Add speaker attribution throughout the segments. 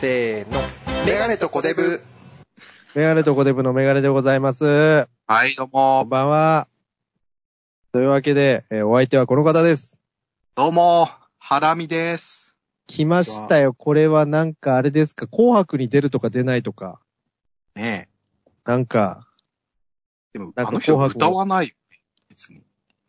Speaker 1: せーの。
Speaker 2: メガネとコデブ。
Speaker 3: メガネとコデブのメガネでございます。
Speaker 2: はい、どう
Speaker 3: こ
Speaker 2: も。
Speaker 3: んばんは。というわけで、えーお相手はこの方です。
Speaker 2: どうも。ハラミです。
Speaker 3: 来ましたよ。これはなんかあれですか紅白に出るとか出ないとか。
Speaker 2: ね
Speaker 3: なんか、
Speaker 2: え。でも、
Speaker 3: なんか
Speaker 2: あの人
Speaker 3: 紅白
Speaker 2: 歌わないよね。別に。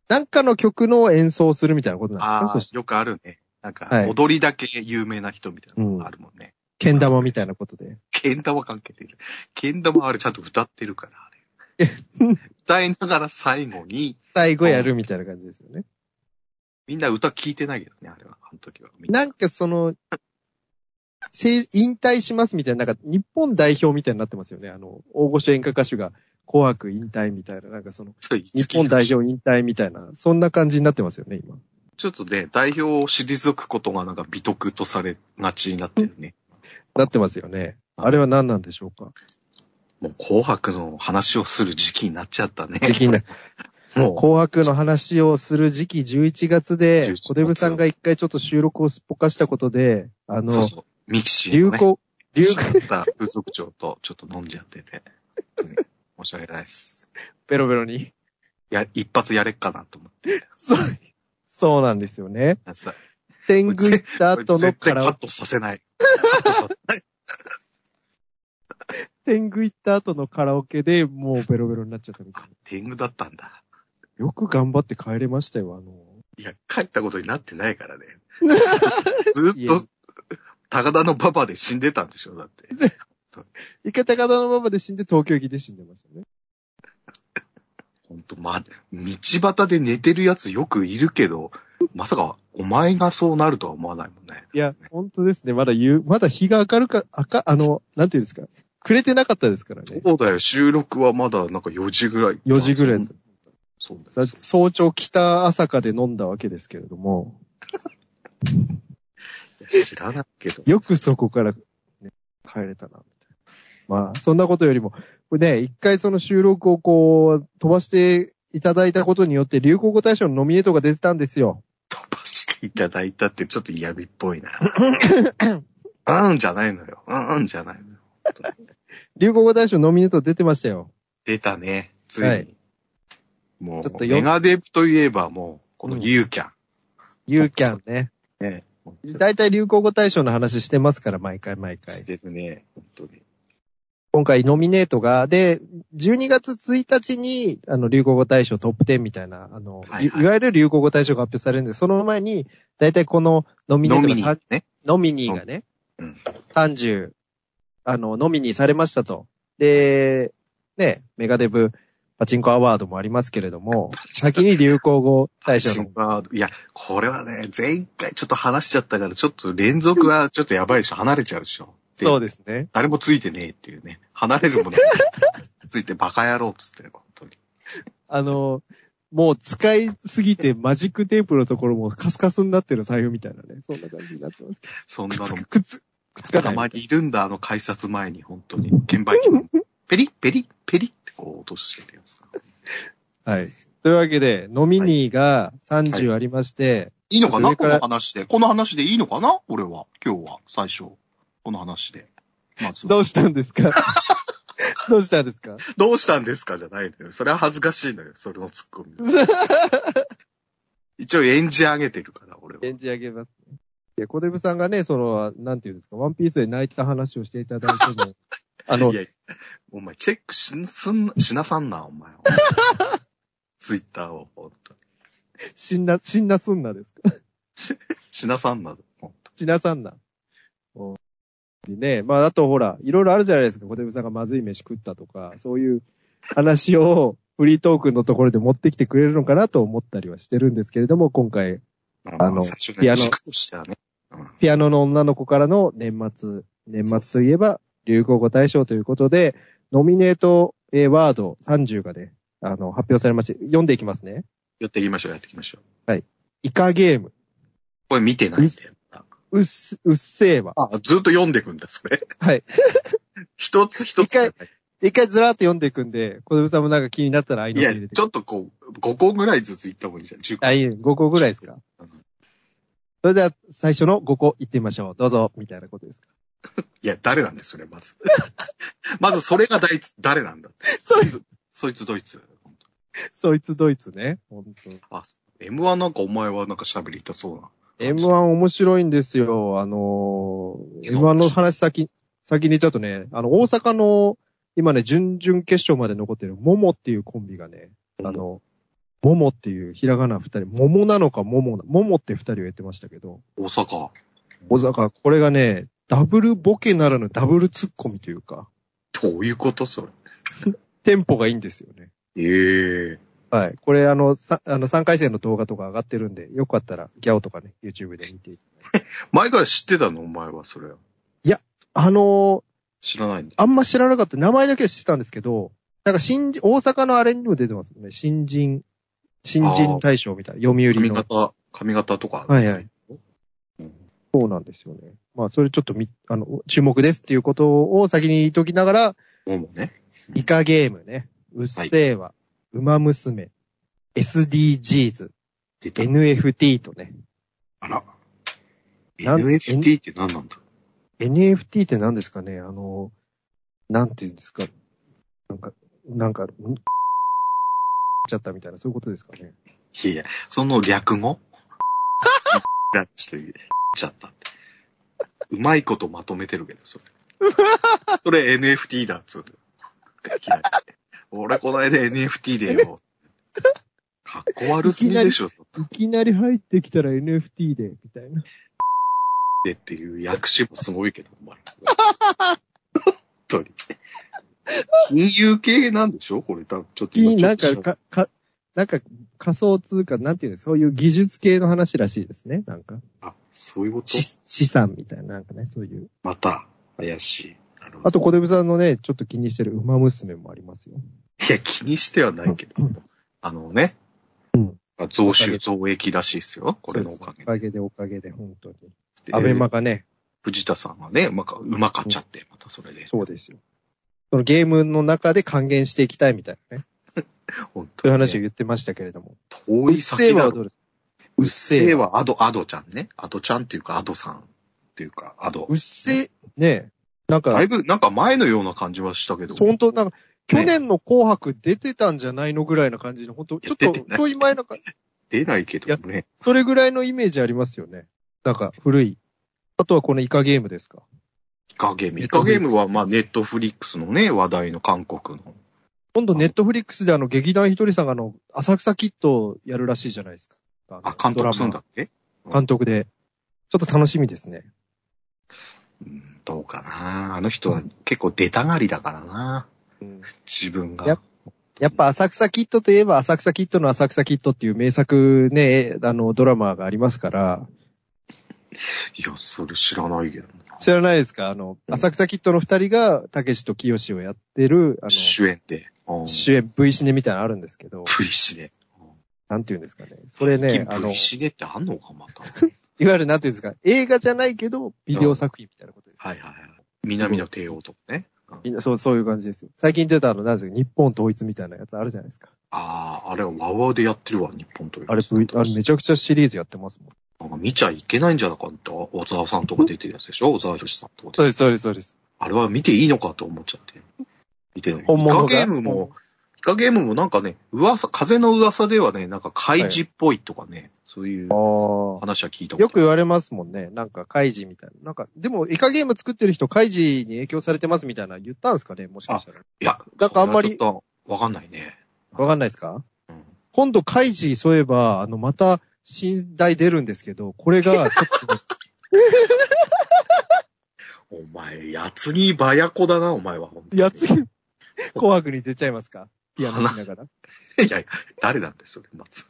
Speaker 3: なんかの曲の演奏するみたいなことなんです
Speaker 2: あ
Speaker 3: か
Speaker 2: あ
Speaker 3: そし、て、
Speaker 2: よくあるね。なんか
Speaker 3: は、い
Speaker 2: 踊りだけ有名な人みたいなのがあるもんね。
Speaker 3: けん玉みたいなことで。
Speaker 2: けん玉関係てる。けん玉あれちゃんと歌ってるから、あ れ。歌いながら最後に、
Speaker 3: 最後やるみたいな感じですよね。
Speaker 2: みんな歌聞いてないけどね、あれは。あの時は。みんな
Speaker 3: なんかその、せい引退しますみたいな、なんか日本代表みたいになってますよね。あの、大御所演歌歌手が紅白引退みたいな、なんかその、
Speaker 2: そういつ
Speaker 3: 日
Speaker 2: き
Speaker 3: 本代表引退みたいな、そんな感じになってますよね、今。
Speaker 2: ちょっとね、代表を退くことがなんか美徳とされがちになってるね。
Speaker 3: なってますよね。あれは何なんでしょうか
Speaker 2: もう紅白の話をする時期になっちゃったね。
Speaker 3: 時期にな
Speaker 2: も
Speaker 3: 紅白の話をする時期11月
Speaker 2: 11
Speaker 3: で
Speaker 2: 月、
Speaker 3: 小デブさんが一回ちょっと収録をすっぽかしたことで、あ
Speaker 2: う、そう
Speaker 3: の、
Speaker 2: そう。ミキシー
Speaker 3: 流
Speaker 2: の、ね。
Speaker 3: 行、流
Speaker 2: 流
Speaker 3: 行、
Speaker 2: 行った風俗長とちょっと飲んじゃってて。本当に申し訳ないです。
Speaker 3: ベロベロに。
Speaker 2: や、一発やれっかなと思って
Speaker 3: そう、そうなんですよね。
Speaker 2: さ。
Speaker 3: 天狗行った後の
Speaker 2: 絶
Speaker 3: カ
Speaker 2: 対
Speaker 3: ラ
Speaker 2: カ
Speaker 3: オ
Speaker 2: ットさせない。カットさせない。
Speaker 3: 天狗行った後のカラオケでもうベロベロになっちゃったみたい
Speaker 2: あ天狗だったんだ。
Speaker 3: な。よく頑張って帰れましたよ、あの。
Speaker 2: いや、帰ったことになってないからね。ず
Speaker 3: い
Speaker 2: っ
Speaker 3: や
Speaker 2: と、高田のババで死んでたんでしょだって。
Speaker 3: イケタカタのままで死んで東京駅で死んでましたね。
Speaker 2: ほんと、ま、道端で寝てるやつよくいるけど、まさか、お前がそうなるとは思わないもんね。
Speaker 3: いや、本当ですね。まだ言う、まだ日が明るか、赤、あの、なんていうんですか。くれてなかったですからね。
Speaker 2: そうだよ、収録はまだなんか4時ぐらい。
Speaker 3: 4時ぐらいです。
Speaker 2: そうだ
Speaker 3: だ
Speaker 2: よ
Speaker 3: って。早朝北朝霞で飲んだわけですけれども、
Speaker 2: 知らないけど。
Speaker 3: よくそこから、ね、帰れたな、みたいな。まあ、そんなことよりも、これね、一回その収録をこう、飛ばしていただいたことによって、流行語大賞のノミネートが出てたんですよ。
Speaker 2: 飛ばしていただいたってちょっと嫌味っぽ いな。うんじゃないのよ。うんうんじゃないのよ。
Speaker 3: 流行語大賞ノミネート出てましたよ。
Speaker 2: 出たね、ついに。
Speaker 3: はい
Speaker 2: も
Speaker 3: ちょっ
Speaker 2: う、
Speaker 3: とよ
Speaker 2: メガデブといえばもう、このユーキャン。
Speaker 3: ユーキャンね。
Speaker 2: ね。
Speaker 3: だいたい流行語大賞の話してますから、毎回毎回
Speaker 2: し。てるね、本当に。
Speaker 3: 今回ノミネートが、で、12月1日に、あの、流行語大賞トップ10みたいな、あの、
Speaker 2: はい
Speaker 3: い
Speaker 2: はい
Speaker 3: いわゆる流行語大賞が発表されるんで、その前に、だいたいこのノミネー
Speaker 2: 飲
Speaker 3: ト
Speaker 2: み
Speaker 3: が
Speaker 2: に
Speaker 3: さ
Speaker 2: ね。
Speaker 3: ノミニーがね、
Speaker 2: うん
Speaker 3: 30、あの、ノミニーされましたと。で、ね、メガデブパチンコアワードもありますけれども、先に流行語大賞の、
Speaker 2: いや、これはね、前回ちょっと話しちゃったから、ちょっと連続はちょっとやばいでしょ。離れちゃうでしょ。で
Speaker 3: そうですね。
Speaker 2: 誰もついてねえっていうね。離れるものついてバカ野郎っつってる、本当に。
Speaker 3: あの、もう使いすぎてマジックテープのところもカスカスになってる財布みたいなね、そんな感じになってますけ
Speaker 2: そんな
Speaker 3: ど。
Speaker 2: の
Speaker 3: く、つ、くつ、くつかな
Speaker 2: た
Speaker 3: い
Speaker 2: まにいるんだ、あの改札前に、本当に。券売 機の。ペリッ、ペリッ、ペリッってこう落としてるやつかな。
Speaker 3: はい。というわけで、ノミニーが30ありまして、
Speaker 2: いいのかな
Speaker 3: それ
Speaker 2: こ
Speaker 3: から
Speaker 2: の話で。この話でいいのかな俺は。今日は、最初。この話で。まずは
Speaker 3: どうしたんで すかどうしたんですか
Speaker 2: どうしたんですかじゃないのよ。それは恥ずかしいのよ。それのツッコミ。一応演じ上げてるから、俺は。
Speaker 3: 演じ上げます、ね。いや、小デブさんがね、その、なんていうんですか、ワンピースで泣いた話をしていただい ても、あの
Speaker 2: い、や、お前、チェックしん、すん、しなさんな、お 前。ツイッターを、ほんと。
Speaker 3: 死んな、死んなすんなですか
Speaker 2: しなさんな、ほんと。
Speaker 3: 死なさんな。うんねまあ、あとほら、いろいろあるじゃないですか、小デブさんがまずい飯食ったとか、そういう話を、フリートークのところで持ってきてくれるのかなと思ったりはしてるんですけれども、今回、
Speaker 2: ま
Speaker 3: あの
Speaker 2: 最初
Speaker 3: ピア
Speaker 2: ね、
Speaker 3: ノ
Speaker 2: 軸としてはね。うん
Speaker 3: ピアノの女の子からの年末、年末といえば流行語大賞ということで、ノミネートえーワード30がね、あの、発表されまして、読んでいきますね。
Speaker 2: やっていきましょう、やっていきましょう。
Speaker 3: イカゲーム、
Speaker 2: これ見てないんだよ。
Speaker 3: うっす、うっせーわ。
Speaker 2: あ、ずっと読んでくんだ、それ。
Speaker 3: はい。
Speaker 2: 一つ一つ。
Speaker 3: 一一回ずらーっと読んでいくんで、小粒さんもなんか気になったら合い
Speaker 2: い
Speaker 3: の手
Speaker 2: や、
Speaker 3: 入れて
Speaker 2: ちょっとこう、5個ぐらいずついった方がいいじゃん。10個。
Speaker 3: あ、いいね、5個ぐらいですか
Speaker 2: うん。
Speaker 3: それでは最初の5個行ってみましょう。どうぞ、みたいなことですか。
Speaker 2: いや、誰なんだよ、それ、まず。 まず、それが大誰なんだって。
Speaker 3: そい、
Speaker 2: そいつドイツ。
Speaker 3: そいつドイツね。本当
Speaker 2: あ、M1 なんかお前はなんか喋りたそうな。
Speaker 3: M1 面白いんですよ。あのー、M1 の話先、先に言っちゃうとね、あの、大阪の、今ね、準々決勝まで残ってる、モモっていうコンビがね、あの、モモっていうひらがな二人、モモなのかモモな、モモって二人を言ってましたけど、
Speaker 2: 大阪。
Speaker 3: 大阪、これがね、ダブルボケならぬダブルツッコミというか、
Speaker 2: どういうことそれ。
Speaker 3: テンポがいいんですよね。
Speaker 2: ええ
Speaker 3: はい。これ、あの、さあの3回戦の動画とか上がってるんで、よかったら、ギャオとかね、YouTube で見ていただいて。
Speaker 2: 前から知ってたのお前は、それ。
Speaker 3: あのー、
Speaker 2: 知らないんだ。
Speaker 3: あんま知らなかった。名前だけは知ってたんですけど、なんか新人、大阪のあれにも出てますよね。新人、新人大賞みたいな。読売
Speaker 2: 髪
Speaker 3: の。
Speaker 2: 型、髪型とか。
Speaker 3: はいはい。
Speaker 2: うん
Speaker 3: そうなんですよね。まあ、それちょっとみ、あの、注目ですっていうことを先に言いときながら、
Speaker 2: ももね。
Speaker 3: イカゲームね。うっせぇわ、ウマ娘、SDGs、
Speaker 2: 出た。
Speaker 3: NFT とね。
Speaker 2: あら。
Speaker 3: なん
Speaker 2: NFT って何なんだ
Speaker 3: NFT って何ですかねあの、なんていうんですかなんか、なんか、んちゃったみたいな、そういうことですかね。
Speaker 2: いやいや、その略 語だちょっと言っちゃったって。うまいことまとめてるけど、それ。それ NFT だっつうの。いきなり俺この間 NFT でよ。かっこ悪すぎでしょ、そ
Speaker 3: いきなり入ってきたら NFT で、みたいな。
Speaker 2: れっていう訳詞もすごいけど、お前。本当に。金融系なんでしょこれ多分ちょっと
Speaker 3: 金、
Speaker 2: ちょ
Speaker 3: な
Speaker 2: っ
Speaker 3: ん
Speaker 2: と
Speaker 3: か、か、か、なんか仮想通貨、なんていうの、そういう技術系の話らしいですね。なんか、
Speaker 2: あ、そういうこと
Speaker 3: 資資産みたいな、なんかね、そういう。
Speaker 2: また、怪しい。なるほど
Speaker 3: あと、小出部さんのね、ちょっと気にしてる馬娘もありますよ。
Speaker 2: いや、気にしてはないけど
Speaker 3: うん、
Speaker 2: あのね、
Speaker 3: うん
Speaker 2: 増収増益らしいですよ、これのおか
Speaker 3: そうで
Speaker 2: げで。
Speaker 3: すおかげで、おかげで、本当に。
Speaker 2: で
Speaker 3: アベマがね、
Speaker 2: 藤田さんはね、うまか、うまかっちゃって、またそれで。
Speaker 3: そうですよ。そのゲームの中で還元していきたいみたいなね。
Speaker 2: 本
Speaker 3: そう
Speaker 2: 当
Speaker 3: いう
Speaker 2: にね
Speaker 3: 話を言ってましたけれども。
Speaker 2: 遠い
Speaker 3: っせ
Speaker 2: 先
Speaker 3: ぇわ
Speaker 2: だろ。
Speaker 3: はどうです
Speaker 2: うっせぇは、アド、アドちゃんね。アドちゃんっていうか、アドさんっていうか、アド
Speaker 3: う。っせぇ、ねえ。なんか
Speaker 2: だ、いぶ、なんか前のような感じはしたけど。
Speaker 3: 本当なんか、去年の紅白出てたんじゃないのぐらいな感じの、本当ちょっ
Speaker 2: いや
Speaker 3: と、
Speaker 2: 出てない
Speaker 3: ちょい前なんか、
Speaker 2: 出ないけどね。
Speaker 3: それぐらいのイメージありますよね。なんか、古い。あとはこのイカゲームですか。
Speaker 2: イカゲーム。
Speaker 3: ネッ
Speaker 2: イ
Speaker 3: ト
Speaker 2: カ
Speaker 3: フリ
Speaker 2: ゲ
Speaker 3: ッ
Speaker 2: ー
Speaker 3: クス
Speaker 2: ムは、まあ、ネットフリックスのね、話題の韓国の。
Speaker 3: 今度ネットフリックスであの、劇団ひとりさんがあの、浅草キットをやるらしいじゃないですか。の
Speaker 2: あ、監督するん。
Speaker 3: ド
Speaker 2: だっけ
Speaker 3: ラマ監督で。ちょっと楽しみですね。
Speaker 2: うん、どうかな。あの人は結構出たがりだからな。自分が。
Speaker 3: やっやっぱ浅草キットといえば浅草キットの浅草キットっていう名作ね、あの、ドラマがありますから、
Speaker 2: いや、それ知らないけどな。
Speaker 3: 知らないですかあの、
Speaker 2: うん
Speaker 3: 浅草キットの二人が、たけしときよしをやってる、あの、
Speaker 2: 主演で。うん
Speaker 3: 主演 V シネみたいなのあるんですけど、
Speaker 2: V シネ。
Speaker 3: なんて言うんですかね。それね、あ
Speaker 2: あ
Speaker 3: の、
Speaker 2: の。
Speaker 3: い
Speaker 2: V シネってあんのか、また。
Speaker 3: わゆるなんて言うんですか、映画じゃないけど、ビデオ作品みたいなことです。
Speaker 2: はいはいはい。南の帝王とかね。
Speaker 3: みんなそう、そういう感じですよ。最近出たあの、なんですか、日本統一みたいなやつあるじゃないですか。
Speaker 2: ああ、あれはワウワウでやってるわ、日本という。
Speaker 3: あれ、V、あれめちゃくちゃシリーズやってますもん。
Speaker 2: なんか見ちゃいけないんじゃなかった小沢さんとか出てるやつでしょ小沢女子さんとか
Speaker 3: そう
Speaker 2: 出てる。
Speaker 3: です、そうです、そうです。
Speaker 2: あれは見ていいのかと思っちゃって。見てない。
Speaker 3: 本物が
Speaker 2: イカゲームも、イカゲームもなんかね、噂、風の噂ではね、なんか怪獣っぽいとかね、そういう
Speaker 3: ああ。
Speaker 2: 話は聞いたこと
Speaker 3: よく言われますもんね。なんか、カイジみたいな。なんか、でも、イカゲーム作ってる人、カイジに影響されてますみたいな言ったんですかねもしかしたら。
Speaker 2: いや、
Speaker 3: なんかあんまり
Speaker 2: それはちょっとわかんないね。
Speaker 3: わかんないですか
Speaker 2: うん
Speaker 3: 今度、カイジ、そういえば、あの、また、新題出るんですけど、これが、ちょっと、
Speaker 2: お前、やつぎばやこだな、お前は。
Speaker 3: やつぎ、紅白に出ちゃいますかピアノ弾きながら。
Speaker 2: いやいや、誰なんだよ、それ、まず。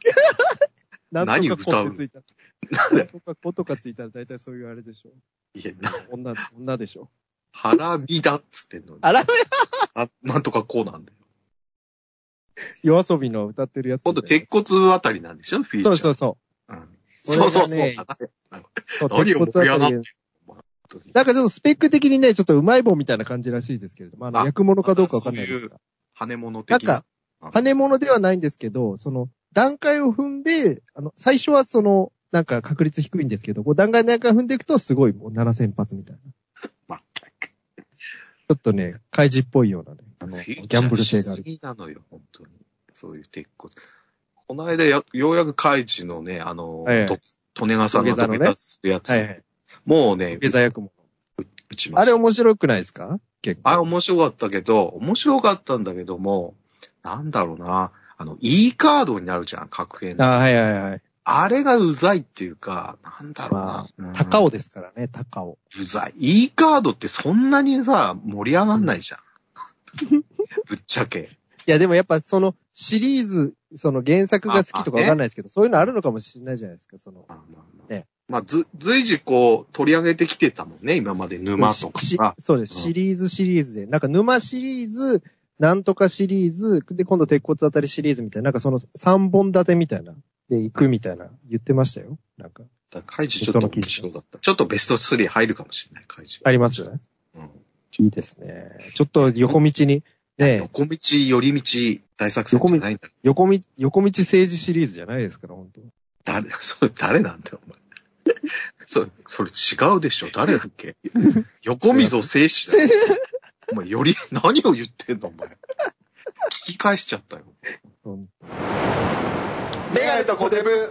Speaker 3: なんとか こ
Speaker 2: 何歌うの
Speaker 3: ってついた。
Speaker 2: なんだ
Speaker 3: なん
Speaker 2: よ。
Speaker 3: とかことかついたら、大体そういうあれでしょ。
Speaker 2: いや、な、
Speaker 3: 女、女でしょ。
Speaker 2: ハラミだっつってんのに。
Speaker 3: あらめ、
Speaker 2: あなんとかこうなんだよ。
Speaker 3: 夜遊びの歌ってるやつ。
Speaker 2: 今度、鉄骨あたりなんでしょ、フィーチ
Speaker 3: そ
Speaker 2: ャ
Speaker 3: う
Speaker 2: ー。
Speaker 3: そううそ
Speaker 2: ん
Speaker 3: これ
Speaker 2: そ
Speaker 3: が
Speaker 2: う
Speaker 3: ね
Speaker 2: そうそう。だって
Speaker 3: う。そう
Speaker 2: 何を
Speaker 3: 鉄
Speaker 2: 盛り
Speaker 3: 骨あたり
Speaker 2: 上がって本当に
Speaker 3: なんかちょっとスペック的にね、ちょっとうまい棒みたいな感じらしいですけれども、あの、
Speaker 2: あ
Speaker 3: 役物かどうかわかんないで
Speaker 2: そ
Speaker 3: す
Speaker 2: うい
Speaker 3: が。
Speaker 2: 羽物
Speaker 3: なん
Speaker 2: 的な
Speaker 3: か。、羽物ではないんですけど、その、段階を踏んで、あの、最初はその、なんか確率低いんですけど、こう段階段階踏んでいくとすごいもう7000発みたいな。
Speaker 2: まあ、
Speaker 3: ょっとね、怪人っぽいようなね。あ
Speaker 2: フ
Speaker 3: の、ギ
Speaker 2: ィーチャー
Speaker 3: ャンブル性があ
Speaker 2: しす
Speaker 3: る。
Speaker 2: ぎなのよ、本当に。そういう鉄骨。この間や、ようやくカイジのね、あの、
Speaker 3: ええ
Speaker 2: と、利根川さんが
Speaker 3: 土下座
Speaker 2: 止
Speaker 3: の
Speaker 2: め
Speaker 3: ね
Speaker 2: たやつ、
Speaker 3: はいはい。
Speaker 2: もうね
Speaker 3: 受、け座役も。
Speaker 2: 打ちま
Speaker 3: あ
Speaker 2: した。
Speaker 3: れ面白くないですか結構。
Speaker 2: あ、面白かったけど、面白かったんだけども、なんだろうな、あの、E カードになるじゃん、格変。
Speaker 3: あはいはいはい。
Speaker 2: あれがうざいっていうか、なんだろうな。うん
Speaker 3: 高尾ですからね、高尾。
Speaker 2: うざい。E カードってそんなにさ、盛り上がんないじ ゃん。ぶっちゃけ。
Speaker 3: いや、でもやっぱそのシリーズ、その原作が好きとかわかんないですけど、そういうのあるのかもしれないじゃないですか、その。
Speaker 2: まあまあまあ
Speaker 3: ね
Speaker 2: まあ、ず、随時こう、取り上げてきてたもんね、今まで沼とか
Speaker 3: し
Speaker 2: さ。
Speaker 3: そうです、
Speaker 2: うん
Speaker 3: シリーズシリーズで。なんか沼シリーズ、なんとかシリーズ、で、今度鉄骨あたりシリーズみたいな、なんかその3本立てみたいな、で行くみたいな、言ってましたよ。なんか。
Speaker 2: カイジちょっと面白かった。ちょっとベスト3入るかもしれない、カイジ。
Speaker 3: あります
Speaker 2: うん。
Speaker 3: いいですね。ちょっと横道に、ねえ
Speaker 2: 横道、寄り道、大作戦じゃないんだ
Speaker 3: 横道、横道政治シリーズじゃないですから、本 当
Speaker 2: 誰、 それ誰なんだよ、お前。 そ、それ違うでしょ誰だっ け横溝静止だよ。お前、より、何を言ってんだ、お前。聞き返しちゃったよ。
Speaker 3: うん
Speaker 1: メガネとコテブ。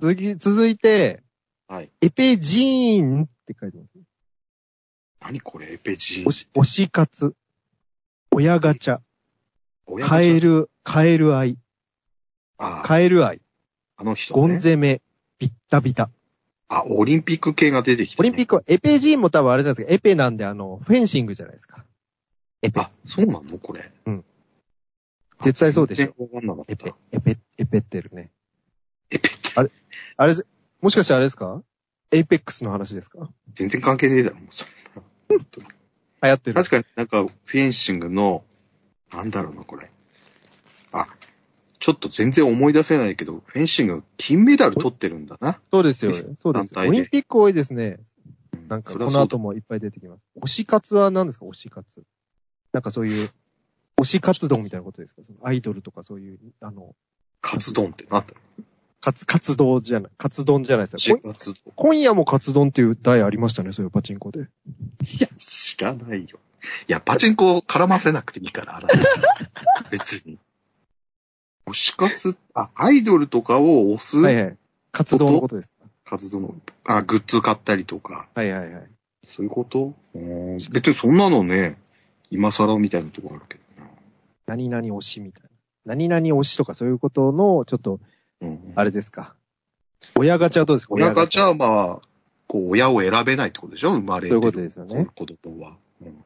Speaker 3: 続き、続いて、
Speaker 2: はい。
Speaker 3: エペジーンって書いてます。
Speaker 2: 何これ、エペジー
Speaker 3: おし、推し活。親ガチャ。
Speaker 2: 親
Speaker 3: カ
Speaker 2: 子ちゃん
Speaker 3: エル、カエル愛。
Speaker 2: ああ、
Speaker 3: カエル愛。
Speaker 2: あの人、ね。
Speaker 3: ゴン攻め。ビッタビタ。
Speaker 2: あ、オリンピック系が出てきた、
Speaker 3: オリンピッ
Speaker 2: ク
Speaker 3: クは、エペジーンも多分あれじゃないですか。エペなんで、あの、フェンシングじゃないですか。エペ
Speaker 2: あ。、そうなのこれ。
Speaker 3: うん
Speaker 2: あ。
Speaker 3: 絶対そうでしょ
Speaker 2: 全然わかんなか
Speaker 3: エ
Speaker 2: っ
Speaker 3: ペ
Speaker 2: た。、
Speaker 3: エペ、エペってるね。
Speaker 2: エペって。
Speaker 3: あれ、もしかしてあれですかエイペックスの話ですか
Speaker 2: 全然関係ねえだろ、もうそれ
Speaker 3: 流行ってる。
Speaker 2: 確かになんか、フェンシングの、なんだろうな、これ。あ、ちょっと全然思い出せないけど、フェンシング金メダル取ってるんだな。
Speaker 3: そうですよ。そうで
Speaker 2: 団
Speaker 3: すよ。
Speaker 2: 体で
Speaker 3: オリンピック多いですね。
Speaker 2: う
Speaker 3: なんか、
Speaker 2: そ
Speaker 3: こ
Speaker 2: れは
Speaker 3: の
Speaker 2: そう
Speaker 3: 後もいっぱい出てきます。推し活は何ですか推し活。なんかそういう、推し活動みたいなことですかそのアイドルとかそういう、あの、
Speaker 2: カツ丼ってなんだろ
Speaker 3: 活、活動じゃない、活動じゃないですか。
Speaker 2: う
Speaker 3: こい
Speaker 2: カツ丼。
Speaker 3: 今夜も活動っていう題ありましたね、そういうパチンコで。
Speaker 2: いや、知らないよ。いや、パチンコ絡ませなくていいから、あら 別に。推し活、あ、アイドルとかを推す、
Speaker 3: はいはい。活動のことですか。
Speaker 2: カツ丼の、あ、グッズ買ったりとか、
Speaker 3: はいはいはい。
Speaker 2: そういうことうーん別にそんなのね、今更みたいなとこあるけどな。
Speaker 3: 何々推しみたいな。何々推しとかそういうことの、ちょっと、
Speaker 2: うん
Speaker 3: あれですか。親ガチャはどうですか
Speaker 2: 親ガチャ
Speaker 3: ャ
Speaker 2: はまあ、こう、親を選べないってことでしょ生まれて
Speaker 3: そうい
Speaker 2: る
Speaker 3: うことですよね。
Speaker 2: 子供は。うん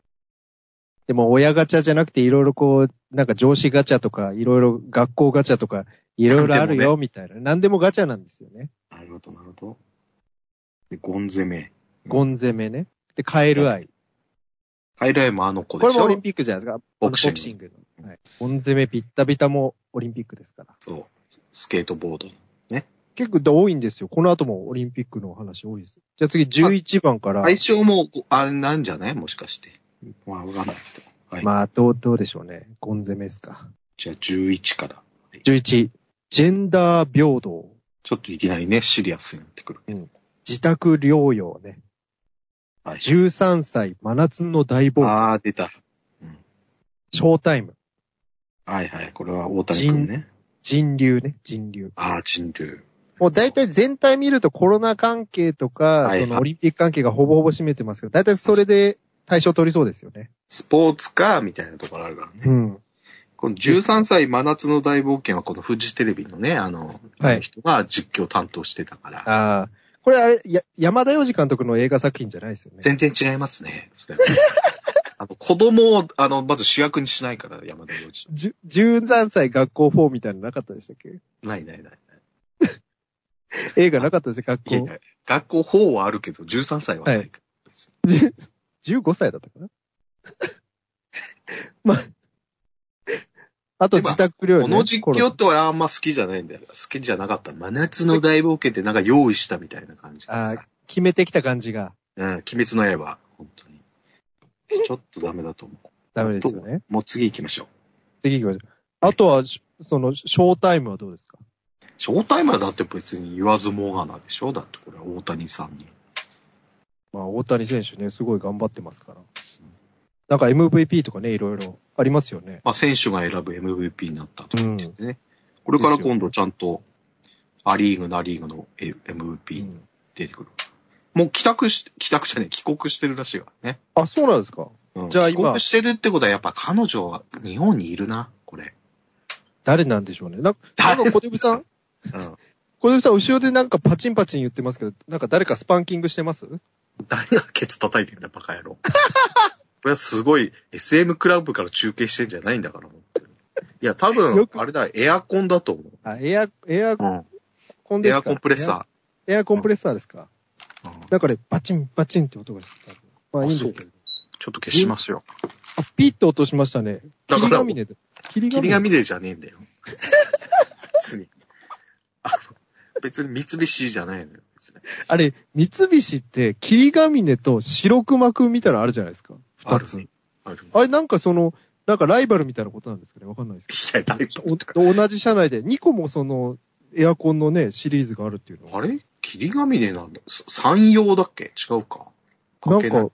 Speaker 3: でも親ガチャじゃなくていろいろこう、なんか上司ガチャとか、いろいろ学校ガチャとか、いろいろあるよみたいな。何でもガチャなんですよね。
Speaker 2: なるほど、なるほど。で、ゴン攻め。
Speaker 3: ゴン攻めね。で、カエルアイ。
Speaker 2: ハイライもあの子で
Speaker 3: これ
Speaker 2: し
Speaker 3: もオリ
Speaker 2: ょ
Speaker 3: ンピックじゃないですか。
Speaker 2: ボクシング
Speaker 3: ボの。はい。ゴン攻めビッタビタもオリンピックですから。
Speaker 2: そう。スケートボード。
Speaker 3: 結構多いんですよ。この後もオリンピックのお話多いです。じゃあ次11番から。
Speaker 2: 相性も、こうあれなんじゃないもしかして。まあ、わかんないけど。はい。
Speaker 3: まあ、どう、どうでしょうね。ゴン攻めですか。
Speaker 2: じゃあ、11から。
Speaker 3: 11、ジェンダー平等、
Speaker 2: ちょっといきなりね、シリアスになってくる。
Speaker 3: 自宅療養ね。
Speaker 2: はい。
Speaker 3: 13歳、真夏の大暴挙、
Speaker 2: ああ、出た。
Speaker 3: ショータイム、
Speaker 2: はいはい。これは大谷君ね。
Speaker 3: 人流ね、人流。
Speaker 2: ああ、人流。
Speaker 3: もう大体全体見るとコロナ関係とか、
Speaker 2: はい
Speaker 3: そのオリンピック関係がほぼほぼ占めてますけど、大体それで対象取りそうですよね。
Speaker 2: スポーツか、みたいなところあるからね。
Speaker 3: うん。
Speaker 2: この13歳真夏の大冒険はこのフジテレビのね、あの、
Speaker 3: はい
Speaker 2: 人が実況担当してたから、
Speaker 3: ああ。これあれ、や、山田洋次監督の映画作品じゃないですよね。
Speaker 2: 全然違いますね。それはあの子供を、あの、まず主役にしないから、山田洋次。
Speaker 3: じゅ13歳学校4みたいなのなかったでしたっ け
Speaker 2: ないないない。
Speaker 3: 映画なかったでしたっ
Speaker 2: い
Speaker 3: け
Speaker 2: やい
Speaker 3: 学校。
Speaker 2: や学校法はあるけど、13歳はないから。別に
Speaker 3: 15歳だったかな まあ、あと自宅療養、ね。
Speaker 2: この実
Speaker 3: コロ
Speaker 2: 況って俺あんま好きじゃないんだよ。好きじゃなかった。真夏の大冒険ってなんか用意したみたいな感じで
Speaker 3: ナあー
Speaker 2: さ。
Speaker 3: 決めてきた感じが
Speaker 2: うん、鬼滅の刃、本当に。ちょっとダメだと思う。
Speaker 3: ダメですよね。
Speaker 2: もう次行きましょう。
Speaker 3: 次行きましょう。あとは、しその、ショータイムはどうですか
Speaker 2: ショータイムはだって別に言わずもがなでしょだってこれは大谷さんに。
Speaker 3: まあ、大谷選手ね、すごい頑張ってますから。なんか MVP とかね、いろいろありますよね。
Speaker 2: まあ、選手が選ぶ MVP になったと
Speaker 3: う
Speaker 2: か
Speaker 3: ん
Speaker 2: 言ってね。これから今度ちゃんと、アリーグ、ナリーグの MVP
Speaker 3: うん
Speaker 2: 出てくる。もう帰宅し、帰宅じゃねえ、帰国してるらしいわね。
Speaker 3: あ、そうなんですか
Speaker 2: うん
Speaker 3: じゃあ今
Speaker 2: 帰国してるってことはやっぱ彼女は日本にいるな、これ。
Speaker 3: 誰なんでしょうね。なんか、なん
Speaker 2: 誰
Speaker 3: か小手さん
Speaker 2: うん。
Speaker 3: 小手さん、後ろでなんかパチンパチン言ってますけど、なんか誰かスパンキングしてます
Speaker 2: 誰がケツ叩いてんだ、バカ野郎。 これはすごい、SM クラブから中継してんじゃないんだから、本当にいや、多
Speaker 3: よ
Speaker 2: 分、
Speaker 3: く
Speaker 2: あれだ、エアコンだと思う。
Speaker 3: あ、エア、エア
Speaker 2: う
Speaker 3: コン
Speaker 2: ん。
Speaker 3: で
Speaker 2: エ
Speaker 3: すか
Speaker 2: アコンプレッ
Speaker 3: エ
Speaker 2: サ
Speaker 3: ア。エアコンプレッサーですか
Speaker 2: ー。うん
Speaker 3: だから、バチン、バチンって音がしてた。まあいいんですけど。
Speaker 2: ちょっと消しますよ。
Speaker 3: あ、ピッと落としましたね。
Speaker 2: だから
Speaker 3: 霧ヶ峰で。霧
Speaker 2: 霧が
Speaker 3: 峰。
Speaker 2: 見ねえじゃねえんだよ。別に。あの別に三菱じゃないのよ。別に
Speaker 3: あれ、三菱って、霧ヶ峰と白熊くんみたいなのあるじゃないですか。
Speaker 2: あ
Speaker 3: 二
Speaker 2: る
Speaker 3: つ。
Speaker 2: ね。あるね
Speaker 3: あれ、なんかその、なんかライバルみたいなことなんですかねわかんないですけ
Speaker 2: いや、ライブ
Speaker 3: ど。お同じ社内で、2個もその、エアコンのね、シリーズがあるっていうのは
Speaker 2: あれ霧が見ねえなんだ。さ山陽だっけ違うか。
Speaker 3: な
Speaker 2: 関係
Speaker 3: ん
Speaker 2: ない
Speaker 3: か、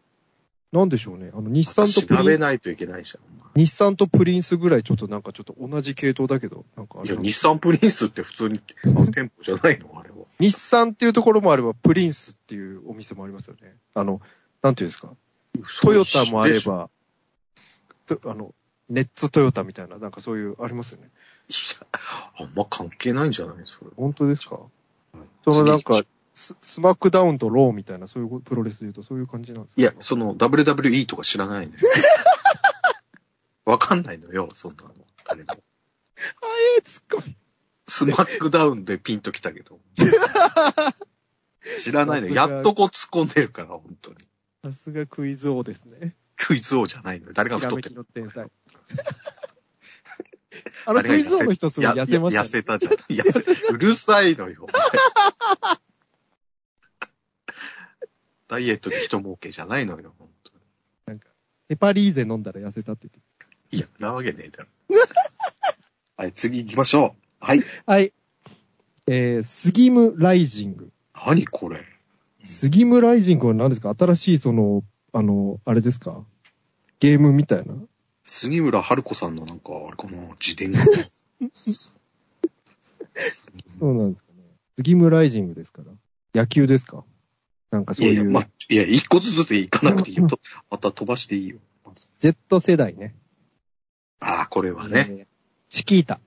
Speaker 3: なんでしょうね。あの、日産とプ
Speaker 2: 調
Speaker 3: リ
Speaker 2: べ
Speaker 3: ンス、
Speaker 2: ないといけないじゃ
Speaker 3: 日産とプリンスぐらいちょっとなんかちょっと同じ系統だけど、なんかあ
Speaker 2: ん。い
Speaker 3: れ
Speaker 2: や、日産プリンスって普通に、あの店舗じゃないのあれは。
Speaker 3: 日産っていうところもあれば、プリンスっていうお店もありますよね。あの、なんていうんですか。トヨタもあれ
Speaker 2: いや。
Speaker 3: ば、とあの、ネッツトヨタみたいな、なんかそういう、ありますよね。
Speaker 2: あんま関係ないんじゃないそれ。
Speaker 3: 本当ですかそのなんか、ススマックダウンとローみたいな、そういうプロレスで言うとそういう感じなんですか
Speaker 2: いや、その WWE とか知らない のよ。わかんないのよ、そんなの。誰も。
Speaker 3: えー、ツッコミ。
Speaker 2: スマックダウンでピンときたけど。知らないのよ。
Speaker 3: さすが
Speaker 2: やっとこう突っ込んでるから、本当に。
Speaker 3: さすがクイズ王ですね。
Speaker 2: クイズ王じゃないのよ。誰が
Speaker 3: ひら
Speaker 2: 太っ
Speaker 3: め
Speaker 2: て
Speaker 3: き
Speaker 2: る
Speaker 3: の天才。 あのクイズ王の人すごい痩せました
Speaker 2: 痩
Speaker 3: ね。
Speaker 2: せたじゃん。痩せ、うるさいのよ。ダイエットで人儲けじゃないのよ、本当
Speaker 3: ヘパリーゼ飲んだら痩せたって言っ
Speaker 2: に。いや、なわけねえ だろ。はい、次行きましょう。はい。
Speaker 3: て。はい。えー、スギムライジング。
Speaker 2: 何これ。
Speaker 3: スギムライジングは何ですか新しいその、あの、あれですかゲームみたいな。
Speaker 2: 杉村春子さんのなんか、あれかな、自伝が。
Speaker 3: そうなんですかね。スギムライジングですから。野球ですかなんか
Speaker 2: い
Speaker 3: そう
Speaker 2: やい
Speaker 3: い
Speaker 2: や、
Speaker 3: う
Speaker 2: ま、いや、一個ずつでいかなくていいよ。とまた飛ばしていいよ。まず
Speaker 3: Z 世代ね。
Speaker 2: ああ、これはね、
Speaker 3: えーチキータ。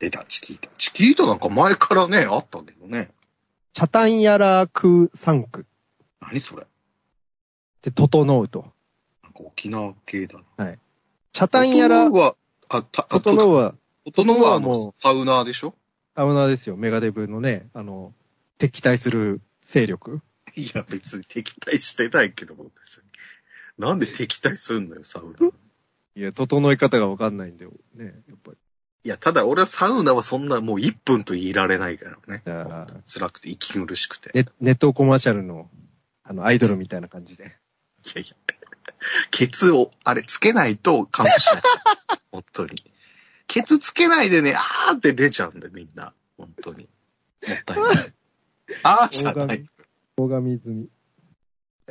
Speaker 2: 出た、チキータ。チキータなんか前からね、あったんだけどね。
Speaker 3: チャタンヤラークーサンク
Speaker 2: 何それ。
Speaker 3: で整うと。
Speaker 2: なんか沖縄系だな。
Speaker 3: チャタンヤラ
Speaker 2: 整、は、あ、た、あ
Speaker 3: 整うは、
Speaker 2: 整はあ
Speaker 3: 整はも
Speaker 2: の、サウナーでしょ
Speaker 3: あのなですよ、メガデブのね、あの、敵対する勢力。
Speaker 2: いや、別に敵対してないけど、別に。なんで敵対すんのよ、サウナ。
Speaker 3: いや、整い方がわかんないんだよ。ね、やっぱり。
Speaker 2: いや、ただ俺はサウナはそんなもう1分と言いられないからね。
Speaker 3: あー
Speaker 2: 辛くて息苦しくて。
Speaker 3: ネネットコマーシャルの、あの、アイドルみたいな感じで。
Speaker 2: いやいや。ケツを、あれ、つけないとカウントし ない。本当に。ケツつけないでね、あーって出ちゃうんだよ、みんな。本当に。もったいない。 あーじゃ
Speaker 3: 大
Speaker 2: ない
Speaker 3: 神。、大神済み。
Speaker 2: い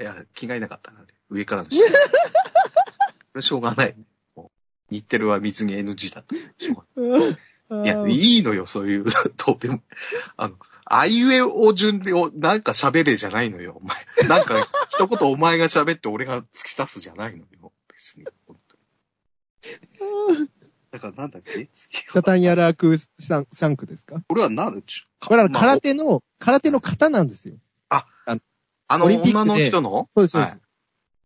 Speaker 2: や、着替えなかったな、あれ上から の下。これしょうがない。もう日テレは水着 NG だった。しょうが ない
Speaker 3: あ
Speaker 2: いや、
Speaker 3: ー
Speaker 2: いいのよ、そう いう、どうでも。あの、あいうえお順でお、なんか喋れじゃないのよ、お前。なんか、 一言お前が喋って俺が突き刺すじゃないのよ、別に。本当にだからなんだっけ次
Speaker 3: チャタンヤラークーサンサンクですか
Speaker 2: 俺はなんだ、ち
Speaker 3: これは
Speaker 2: まあ
Speaker 3: 空手の、空手の型なんですよ。
Speaker 2: あの
Speaker 3: オリンピックで
Speaker 2: 女の人の
Speaker 3: そうです、そう
Speaker 2: は
Speaker 3: で
Speaker 2: い
Speaker 3: す。。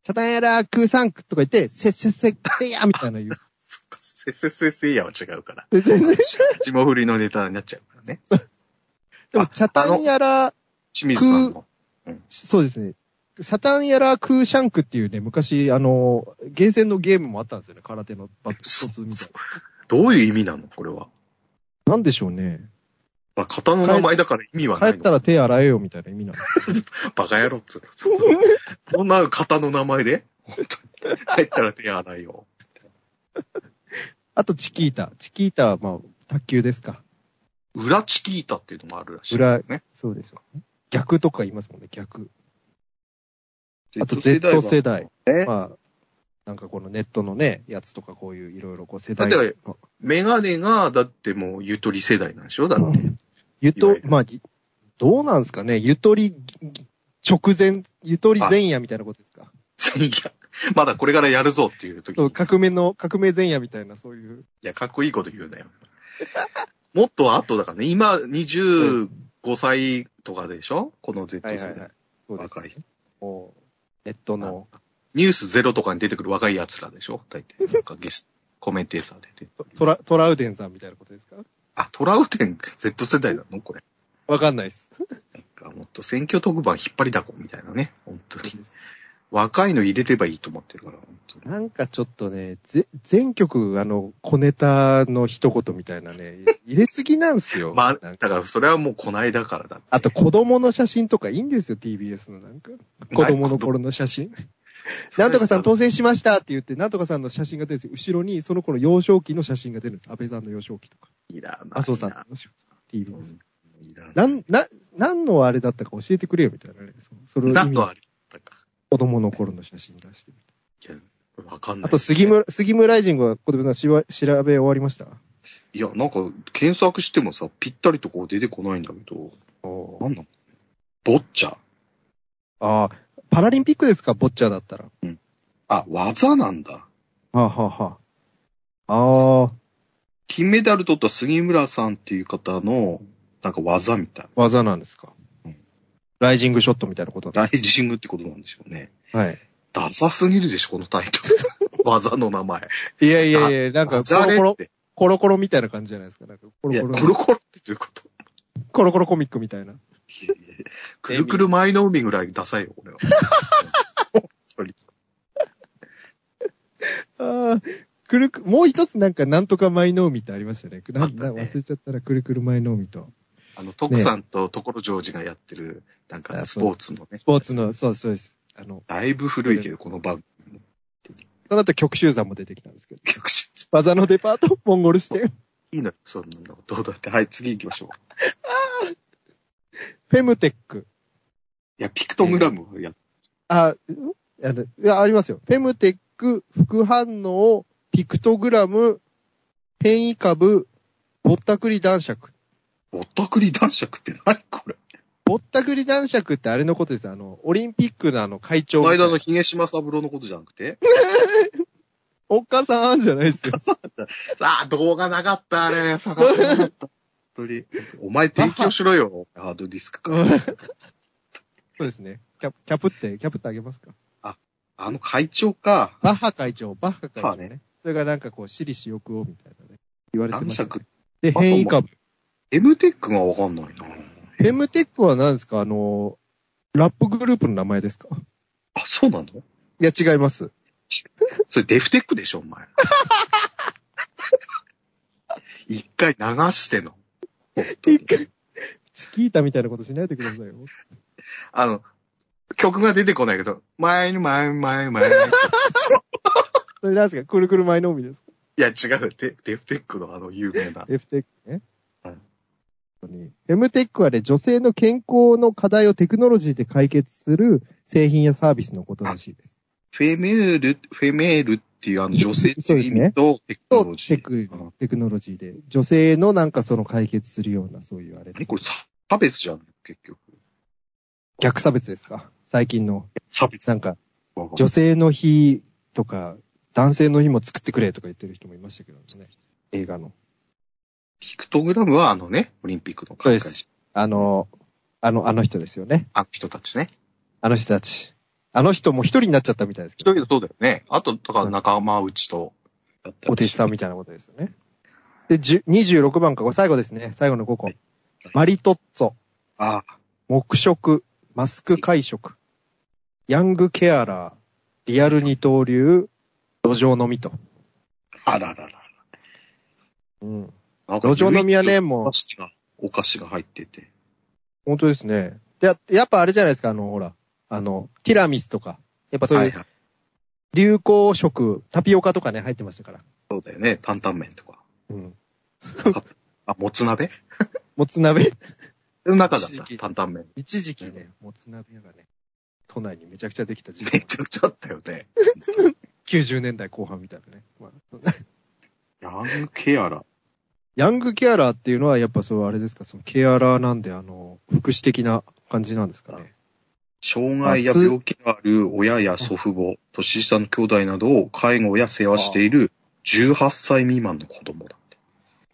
Speaker 3: チャタンヤラークーサンクとか言って、せっせっせっせやみたいな言う。
Speaker 2: そっかせせせせいやは違うから。
Speaker 3: で全然
Speaker 2: 霜降りのネタになっちゃうからね。
Speaker 3: でも、
Speaker 2: あ
Speaker 3: チャタンヤラ、
Speaker 2: 清水さんの。
Speaker 3: そうですね。サタンヤラクーシャンクっていうね、昔、あの、ゲーセンのゲームもあったんですよね。空手のバット
Speaker 2: そ
Speaker 3: 突みたい
Speaker 2: どういう意味なのこれは。
Speaker 3: な。なんでしょうね。
Speaker 2: まあ、型の名前だから意味は
Speaker 3: 帰
Speaker 2: ない
Speaker 3: っ
Speaker 2: の。
Speaker 3: たら手洗えよみたいな意味なの。
Speaker 2: バカ野郎っつうの。そんな型の名前 で本当に。帰ったら手洗いよ。
Speaker 3: あと、チキータ。チキータは、まあ、卓球ですか。
Speaker 2: 裏チキータっていうのもあるらしい、
Speaker 3: 裏
Speaker 2: ね。
Speaker 3: そうですよね。逆とか言いますもんね、逆。あと Z 世代。
Speaker 1: ね
Speaker 3: まあ、なんかこのネットのね、やつとかこういういろいろこう世代
Speaker 2: だって
Speaker 3: の。
Speaker 2: メガネが、だってもうゆとり世代なんでしょだって。
Speaker 3: ゆ
Speaker 2: いわ
Speaker 3: と
Speaker 2: ゆ、る
Speaker 3: まあ、ぎどうなんですかねゆとり直前、ゆとり前夜みたいなことですか
Speaker 2: いや、 まだこれからやるぞっていう時
Speaker 3: そ
Speaker 2: に。
Speaker 3: う
Speaker 2: い
Speaker 3: 革命の、革命前夜みたいなそういう。
Speaker 2: や、かっこいいこと言うなよ。もっと後だからね。今、25歳とかでしょこの Z 世代。
Speaker 3: そうです
Speaker 2: 若い人。
Speaker 3: もう、ネットの、
Speaker 2: ニュースゼロとかに出てくる若い奴らでしょ大体。なんかゲスト、コメンテーターで出て。
Speaker 3: トトラ、トラウデンさんみたいなことですか
Speaker 2: あ、トラウテン Z 世代なのこれ。
Speaker 3: わかんな いです。
Speaker 2: なんかもっと選挙特番引っ張りだこみたいなね。本当に。若いの入れればいいと思ってるから、本当に。
Speaker 3: なんかちょっとね、ぜ、全曲、あの、小ネタの一言みたいなね、入れすぎなんですよ。
Speaker 2: まあ、
Speaker 3: なん
Speaker 2: だ
Speaker 3: か
Speaker 2: からそれはもうこないだからだって。
Speaker 3: あと子供の写真とかいいんですよ、TBS のなんか。子供の頃の写真。なんとかさん当選しましたって言って、なんとかさんの写真が出るんですよ。後ろにその子の幼少期の写真が出るんです。安倍さんの幼少期とか。
Speaker 2: いらないな
Speaker 3: 麻生さんの幼少期と
Speaker 2: う
Speaker 3: か。TBS。
Speaker 2: んいらない
Speaker 3: なん、な、何のあれだったか教えてくれよみたいなね。そそれを意
Speaker 2: 何
Speaker 3: 味
Speaker 2: のあれだったか。
Speaker 3: 子供の頃の写真出してみた。
Speaker 2: いやわかんない。
Speaker 3: あと杉。村、杉村ライジングは小手さんしわ調べ終わりました
Speaker 2: いや、なんか検索してもさ、ぴったりとこう出てこないんだけど、
Speaker 3: お
Speaker 2: なんなのボッチャ。
Speaker 3: ああ、パラリンピックですか、ボッチャだったら。
Speaker 2: あ、技なんだ。
Speaker 3: はあ、はあはあ、ああ、
Speaker 2: 金メダル取った杉村さんっていう方の、なんか技みたい。
Speaker 3: 技なんですか
Speaker 2: うん。
Speaker 3: ライジングショットみたいなことだ
Speaker 2: ライジングってことなんでしょうね。
Speaker 3: はい。
Speaker 2: ダサすぎるでしょ、このタイト ル。技の名前。
Speaker 3: いやいやいや、なん
Speaker 2: ダ
Speaker 3: か、コ
Speaker 2: ジャ
Speaker 3: ロコ
Speaker 2: レ
Speaker 3: ロ
Speaker 2: っ、て。
Speaker 3: コロコロみたいな感じじゃないですか。なんかコ
Speaker 2: い
Speaker 3: ロ
Speaker 2: や、
Speaker 3: コロ、
Speaker 2: コロコロってどういうこと
Speaker 3: コロコロコミックみたいな。
Speaker 2: いやいやくるくる舞の海ぐらいダサいよ、俺は。
Speaker 3: ああ、くるく、もう一つなんか、なんとか舞の海ってありましたよね。な
Speaker 2: あっ
Speaker 3: ん
Speaker 2: たね
Speaker 3: な忘れちゃったら、くるくる舞の海と。
Speaker 2: あの、徳さんと所ジョージがやってる、なんか
Speaker 3: あ
Speaker 2: ス
Speaker 3: そう
Speaker 2: ポーツのね
Speaker 3: ス。ポーツの、そうそうです。あの、
Speaker 2: だいぶ古いけど、この番
Speaker 3: その後、曲集山も出てきたんですけど。
Speaker 2: 組。曲集
Speaker 3: 技のデパート、モンゴル支店。
Speaker 2: いいのよそんなの。どうだって。はい、次行きましょう。
Speaker 3: フェムテック。
Speaker 2: いや、ピクトグラムをやっ
Speaker 3: あ、んあの、いや、ありますよ。フェムテック、副反応、ピクトグラム、変異株、ぼったくり男爵。
Speaker 2: ぼったくり男爵って何これ
Speaker 3: ぼったくり男爵ってあれのことです。あの、オリンピックのあの会長
Speaker 2: この
Speaker 3: みたいな。
Speaker 2: 間のヒゲ島三郎のことじゃなくて
Speaker 3: おっかさんあんじゃないですよ。
Speaker 2: ああ、動画なかった、あれ。探せなかった。本当に。お前提供しろよ。ハードディスク から。
Speaker 3: そうですね。キャキャプって、キャプってあげますか
Speaker 2: あの会長か。
Speaker 3: バッハ会長、バッハ会長
Speaker 2: バッ
Speaker 3: ね。それがなんかこう、私利私欲をみたいなね。言われてま
Speaker 2: 男
Speaker 3: したね、
Speaker 2: 爵。
Speaker 3: で、変異株。
Speaker 2: M テックがわかんないな。
Speaker 3: フェムテックは何ですかあの、ラップグループの名前ですか
Speaker 2: あ、そうなの
Speaker 3: いや、違います。
Speaker 2: それデフテックでしょ、お 前。一回流しての。本当に
Speaker 3: 一回チキータみたいなことしないでくださいよ。
Speaker 2: あの、曲が出てこないけど、前に前に前に前に。
Speaker 3: それなんですかくるくる舞の海ですか
Speaker 2: いや、違う。デデフテックのあの有名な。
Speaker 3: ?F テックね。
Speaker 2: はい
Speaker 3: 本当に。M テックはね、女性の健康の課題をテクノロジーで解決する製品やサービスのことらしいです。
Speaker 2: フェメール、フェメールっていうあの女性っていう意味とテクノ
Speaker 3: と
Speaker 2: ロジ
Speaker 3: テ
Speaker 2: ー。
Speaker 3: ク
Speaker 2: うん、
Speaker 3: テクノロジーで、女性のなんかその解決するような、そういうあれ。
Speaker 2: 何これ差別じゃん、結局。
Speaker 3: 逆差別ですか最近の。
Speaker 2: 差別
Speaker 3: なんか、女性の日とか、男性の日も作ってくれとか言ってる人もいましたけどね。映画の。
Speaker 2: ピクトグラムはあのね、オリンピックの開
Speaker 3: そう
Speaker 2: 会
Speaker 3: で
Speaker 2: 式。
Speaker 3: あの、あの、あの人ですよね。
Speaker 2: あ、人たちね。
Speaker 3: あの人たち。あの人も一人になっちゃったみたいですけど。
Speaker 2: 人そうだよね。あと、だから仲間内とやったりして。
Speaker 3: お弟子さんみたいなことですよね。で、10 26番か、これ最後ですね。最後の5個。マリトッツォ、
Speaker 2: あ
Speaker 3: 黙食、マスク会食、ヤングケアラー、リアル二刀流、路上飲みと。
Speaker 2: あららら
Speaker 3: うん。
Speaker 2: ら。
Speaker 3: 路上飲みはね、も
Speaker 2: お
Speaker 3: う
Speaker 2: 菓、子が、お菓子が入ってて。
Speaker 3: 本当ですね。で、ややっぱあれじゃないですか、あの、ほら、あの、ティラミスとか、やっぱそう
Speaker 2: はいいうはい。
Speaker 3: 流行食、タピオカとかね、入ってましたから。
Speaker 2: そうだよね。担々麺とか。
Speaker 3: うん。
Speaker 2: あ、もつ鍋
Speaker 3: もつ鍋
Speaker 2: の中だっ
Speaker 3: 一時
Speaker 2: た。
Speaker 3: 期
Speaker 2: 担々麺。
Speaker 3: 一時期ね、もつ鍋がね、都内にめちゃくちゃできた時
Speaker 2: め
Speaker 3: 期。
Speaker 2: ちゃくちゃあったよね。
Speaker 3: 90年代後半みたいなね。まあ
Speaker 2: ヤングケアラ。
Speaker 3: ヤングケアラーっていうのはやっぱそうあれですか、そのケアラーなんであの、福祉的な感じなんですかね。
Speaker 2: 障害や病気のある親や祖父母、年下の兄弟などを介護や世話している18歳未満の子供だって。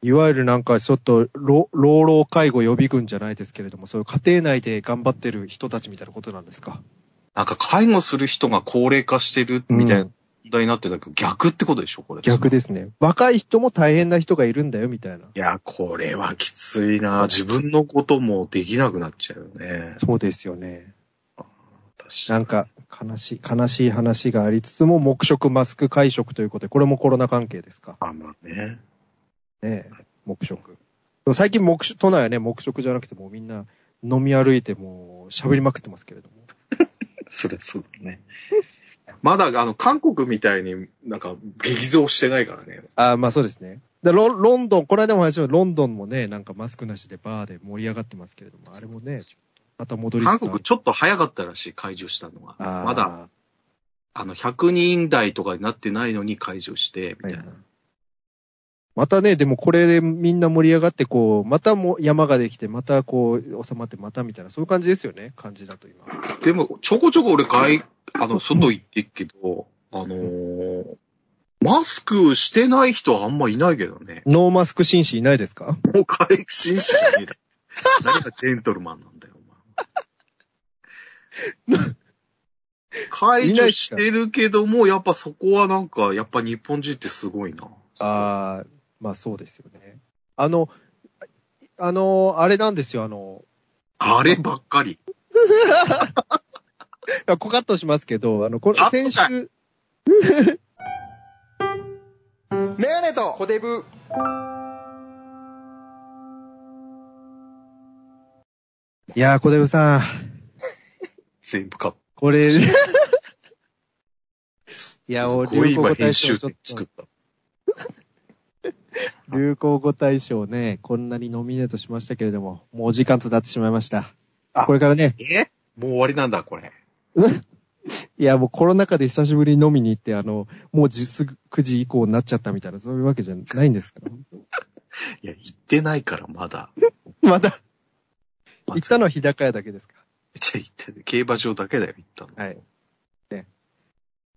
Speaker 3: いわゆるなんかちょっと老、老老介護予備軍じゃないですけれども、そういう家庭内で頑張ってる人たちみたいなことなんですか。
Speaker 2: なんか介護する人が高齢化してるみたいな問題になってたけど、逆ってことでしょこれ。
Speaker 3: 逆ですね。若い人も大変な人がいるんだよ、みたいな。
Speaker 2: いや、これはきついな。自分のこともできなくなっちゃうよね。
Speaker 3: そうですよね。
Speaker 2: 私
Speaker 3: なんか、悲しい、悲しい話がありつつも、黙食、マスク、会食ということで、これもコロナ関係ですか。
Speaker 2: あ、まあね。
Speaker 3: ねえ、黙食。でも最近黙食、都内はね、黙食じゃなくてもうみんな飲み歩いてもう喋りまくってますけれども。
Speaker 2: それそうだね。まだ、あの、韓国みたいになんか激増してないからね。
Speaker 3: ああ、まあそうですね。でロンロンドン、この間も話しましたロンドンもね、なんかマスクなしでバーで盛り上がってますけれども、あれもね、また戻りつつあ
Speaker 2: 韓
Speaker 3: る
Speaker 2: 国ちょっと早かったらしい、解除したのは。
Speaker 3: あー
Speaker 2: まだ、あの、100人台とかになってないのに解除して、み
Speaker 3: はい
Speaker 2: たい
Speaker 3: はい
Speaker 2: な。
Speaker 3: またね、でもこれでみんな盛り上がって、こう、またも山ができて、またこう、収まって、またみたいな、そういう感じですよね、感じだと今。
Speaker 2: でも、ちょこちょこ俺、外、あの、外行ってっけど、あのーマスクしてない人はあんまいないけどね。
Speaker 3: ノーマスク紳士いないですか
Speaker 2: もう解禁しない で。何がジェントルマンなんだよ、お前。解除してるけども、やっぱそこはなんか、やっぱ日本人ってすごいな。
Speaker 3: ああ、まあそうですよね。あの、あの、あれなんですよ、あの、
Speaker 2: あればっかり。
Speaker 3: いやコカットしますけど、あの、これ
Speaker 2: カッ、トかい
Speaker 3: 先 週、
Speaker 1: メガネとコデブ。
Speaker 3: いやー、小出さん、
Speaker 2: 全部カット。
Speaker 3: これ、 いや、
Speaker 2: こ
Speaker 3: お
Speaker 2: う
Speaker 3: 流行
Speaker 2: 今
Speaker 3: 語
Speaker 2: 編
Speaker 3: 大賞
Speaker 2: 集
Speaker 3: ちょ
Speaker 2: 点
Speaker 3: っと
Speaker 2: 作っ、た。
Speaker 3: 流行語大賞ね、こんなにノミネートしましたけれども、もうお時間となってしまいました。
Speaker 2: あ
Speaker 3: これからね、
Speaker 2: えもう終わりなんだ、これ。
Speaker 3: いや、もうコロナ禍で久しぶりに飲みに行って、あの、もう実す9時以降になっちゃったみたいな、そういうわけじゃないんですから。
Speaker 2: いや、行ってないから、まだ。
Speaker 3: まだ、
Speaker 2: ま
Speaker 3: 行
Speaker 2: だ
Speaker 3: ったのは日高屋だけですか。
Speaker 2: じゃあ行ってない競馬場だけだよ、行ったの。
Speaker 3: はい。ね。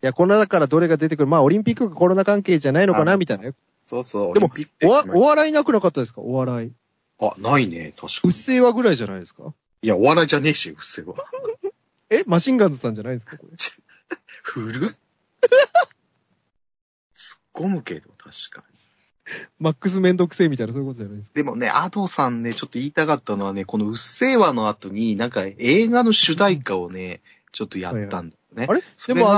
Speaker 3: いや、この中からどれが出てくる、まあ、オリンピックがコロナ関係じゃないのか
Speaker 2: あ
Speaker 3: な、みたいな。
Speaker 2: そうそう。
Speaker 3: でも
Speaker 2: オリンピック
Speaker 3: お
Speaker 2: で
Speaker 3: わ、お笑いなくなかったですかお笑い。
Speaker 2: あ、ないね、確か
Speaker 3: うっ
Speaker 2: に。
Speaker 3: せぇわぐらいじゃないですか
Speaker 2: いや、お笑いじゃねえし、うっせぇわ。
Speaker 3: えマシンガンズさんじゃないですかこれ。
Speaker 2: 古っ。突っ込むけど、確かに。
Speaker 3: マックスめんどくせえみたいな、そういうことじゃないですか
Speaker 2: でもね、アドさんね、ちょっと言いたかったのはね、このうっせぇわの後に、なんか映画の主題歌をね、ちょっとやったんだよね。
Speaker 3: あれ
Speaker 2: そ
Speaker 3: で
Speaker 2: れ
Speaker 3: もあ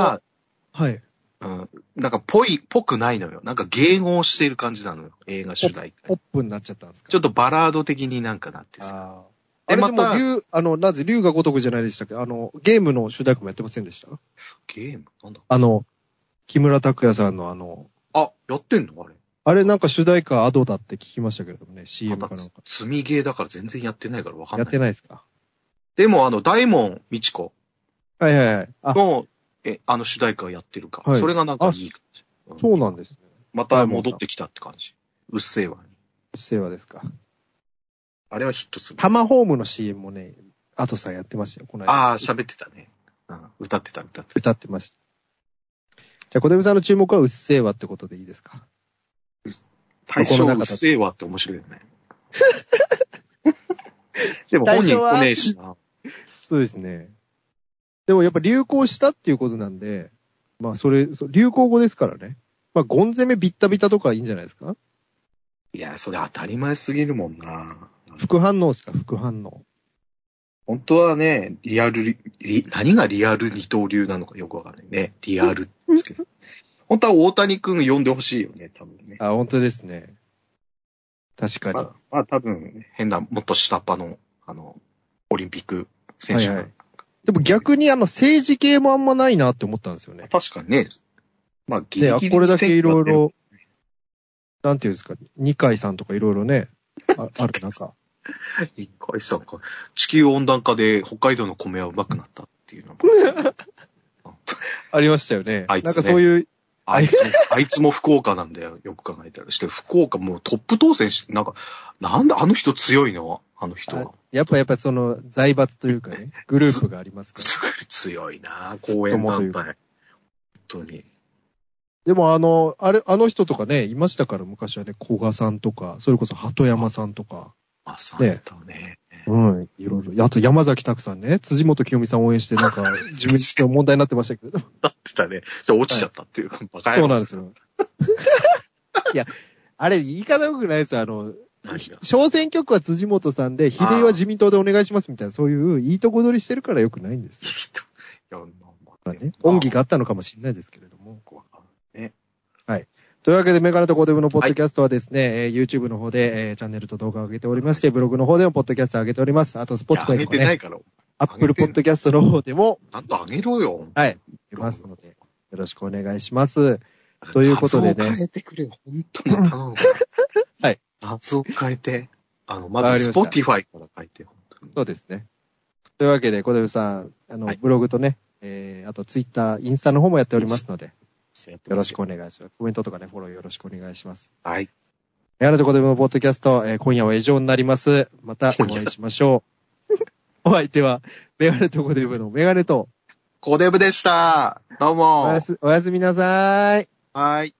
Speaker 2: が
Speaker 3: の、、はい。
Speaker 2: うん、なんかぽい、ぽくないのよ。なんか迎合してる感じなのよ、映画主題歌
Speaker 3: ポ。ップになっちゃったんですか
Speaker 2: ちょっとバラード的になんかなってさ。
Speaker 3: あ
Speaker 2: で
Speaker 3: あれで
Speaker 2: また
Speaker 3: も、竜、あの、なぜ、竜が如くじゃないでしたっけあの、ゲームの主題歌もやってませんでした
Speaker 2: ゲームなんだ
Speaker 3: あの、木村拓哉さんのあの、
Speaker 2: あ、やってんのあれ。
Speaker 3: あれなんか主題歌アドだって聞きましたけれどもね、CM かなんか。
Speaker 2: 積みゲーだから全然やってないからわかん
Speaker 3: やっ
Speaker 2: ない。
Speaker 3: てないですか
Speaker 2: でも、あの、大門みち子
Speaker 3: はいはいはい。あ、
Speaker 2: の、え、あの主題歌をやってるから、
Speaker 3: はい
Speaker 2: それがなんかいい感じ。うん
Speaker 3: そうなんですね。
Speaker 2: また戻ってきたって感じ。うっせぇわに。
Speaker 3: うっせぇわですか。
Speaker 2: あれはヒットする。
Speaker 3: タマホームの CM もね、アドさんやってましたよ、この間。
Speaker 2: ああ、喋ってたね。うん歌ってた、歌ってた。
Speaker 3: 歌ってました。じゃあ、小出さんの注目はうっせぇわってことでいいですか
Speaker 2: 大
Speaker 3: こ
Speaker 2: 将
Speaker 3: の中
Speaker 2: う
Speaker 3: だ
Speaker 2: っせぇわって面白いよね。 でも本人来ねえしな。
Speaker 3: そうですね。でもやっぱ流行したっていうことなんで、まあそれ、そ流行語ですからね。まあゴン攻めビッタビタとかいいんじゃないですか
Speaker 2: いや、それ当たり前すぎるもんな。
Speaker 3: 副反応ですか副反応。
Speaker 2: 本当はね、リアルリ、リ何がリアル二刀流なのかよくわかんないね。リアルです けど。本当は大谷くん呼んでほしいよね、多分ね。
Speaker 3: あ、本当ですね。確かに。
Speaker 2: まあ、まあ多分、変な、もっと下っ端の、あの、オリンピック選手が。
Speaker 3: はいはいでも逆にあの政治系もあんまないなって思ったんですよね。
Speaker 2: 確かにね、まあ、ギ
Speaker 3: で、
Speaker 2: リ
Speaker 3: あ
Speaker 2: ギリ
Speaker 3: これだけいろい
Speaker 2: 選挙やっ
Speaker 3: ろ、なんていうんですか、二階さんとかいろいろね、 あある中。
Speaker 2: てる。一回さ、地球温暖化で北海道の米はうまくなったってっていうの は。
Speaker 3: ありましたよね。
Speaker 2: あいつね
Speaker 3: なんかそういう、
Speaker 2: あいつも、あいつも福岡なんだよ。よく考えたら。して、福岡もうトップ当選し、なんか、なんだあの人強いのあの人
Speaker 3: あ
Speaker 2: は。
Speaker 3: やっぱやっぱその財閥というかね、グループがありますから。
Speaker 2: 強いな公演団体。本当に。
Speaker 3: でもあの、あれ、あの人とかね、いましたから昔はね、古賀さんとか、それこそ鳩山さんとか、
Speaker 2: まあ、さんだね。
Speaker 3: うん、いろいろ。あと山崎拓さんね、辻元清美さん応援してなん か、自分自身問題になってましたけど。
Speaker 2: なってたね。ちょ落ちちゃったっていう、バカ野
Speaker 3: そ
Speaker 2: 郎
Speaker 3: うなんです よ。いや、あれ、言い方良くないですよ。あの、
Speaker 2: 何が
Speaker 3: 小選挙区は辻元さんで、比例は自民党でお願いしますみたいな、そういういいとこ取りしてるから良くないんですよ。
Speaker 2: いや、なん
Speaker 3: まあね、恩義があったのかもしれないですけれども。
Speaker 2: が。
Speaker 3: というわけで、メガネとコデブのポッドキャストはですね、えー YouTube の方で、えーチャンネルと動画を上げておりまして、ブログの方でもポッドキャストを上げております。あと、スポット
Speaker 2: あ
Speaker 3: ファ
Speaker 2: げ
Speaker 3: イとか
Speaker 2: てな
Speaker 3: ね、
Speaker 2: いから、
Speaker 3: Apple Podcast の方でも
Speaker 2: なんとあげろよ。
Speaker 3: 出ますので、よろしくお願いします。ということでね
Speaker 2: 画像を変えてくれよ。本当に頼むから。
Speaker 3: はい。
Speaker 2: 画像を変えて。あの、
Speaker 3: わ
Speaker 2: ま
Speaker 3: か
Speaker 2: ず、
Speaker 3: り
Speaker 2: ス
Speaker 3: ま
Speaker 2: ポ
Speaker 3: し
Speaker 2: ティファイから変えて、本当に。
Speaker 3: そうですね。というわけで、コデブさん、あの、
Speaker 2: はい
Speaker 3: ブログとね、えー、あとツイッター、インスタの方もやっておりますので、
Speaker 2: よ
Speaker 3: よろしく。お願いします。コメントとかね、フォローよろしくお願いします。
Speaker 2: はい。
Speaker 3: メガネとコデブのポッドキャスト、えー今夜は以上になります。またお会いしましょ う。お相手は、メガネとコデブのメガネと、
Speaker 2: コデブでした。どうも。
Speaker 3: おやす、おやすみなさい。
Speaker 2: はい。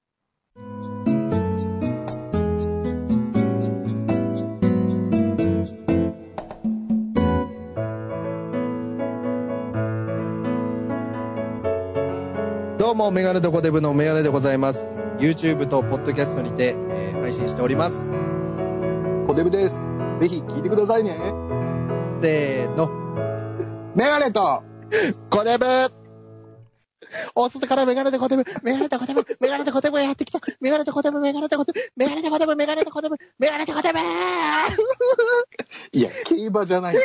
Speaker 3: どうも、メガネとコデブのメガネでございます。YouTube とポッドキャストにて、えー配信しております。
Speaker 1: コデブです。ぜひ聞いてくださいね。
Speaker 3: せーの、
Speaker 1: メガネと、
Speaker 3: コデブお外からメガネとコデブ、メガネとコデブ、メガネとコデブやってきた、メガネとコデブ、メガネとコデブ、メガネとコデブ、メガネとコデブ、メガネとコデブ
Speaker 1: いや、競馬じゃない。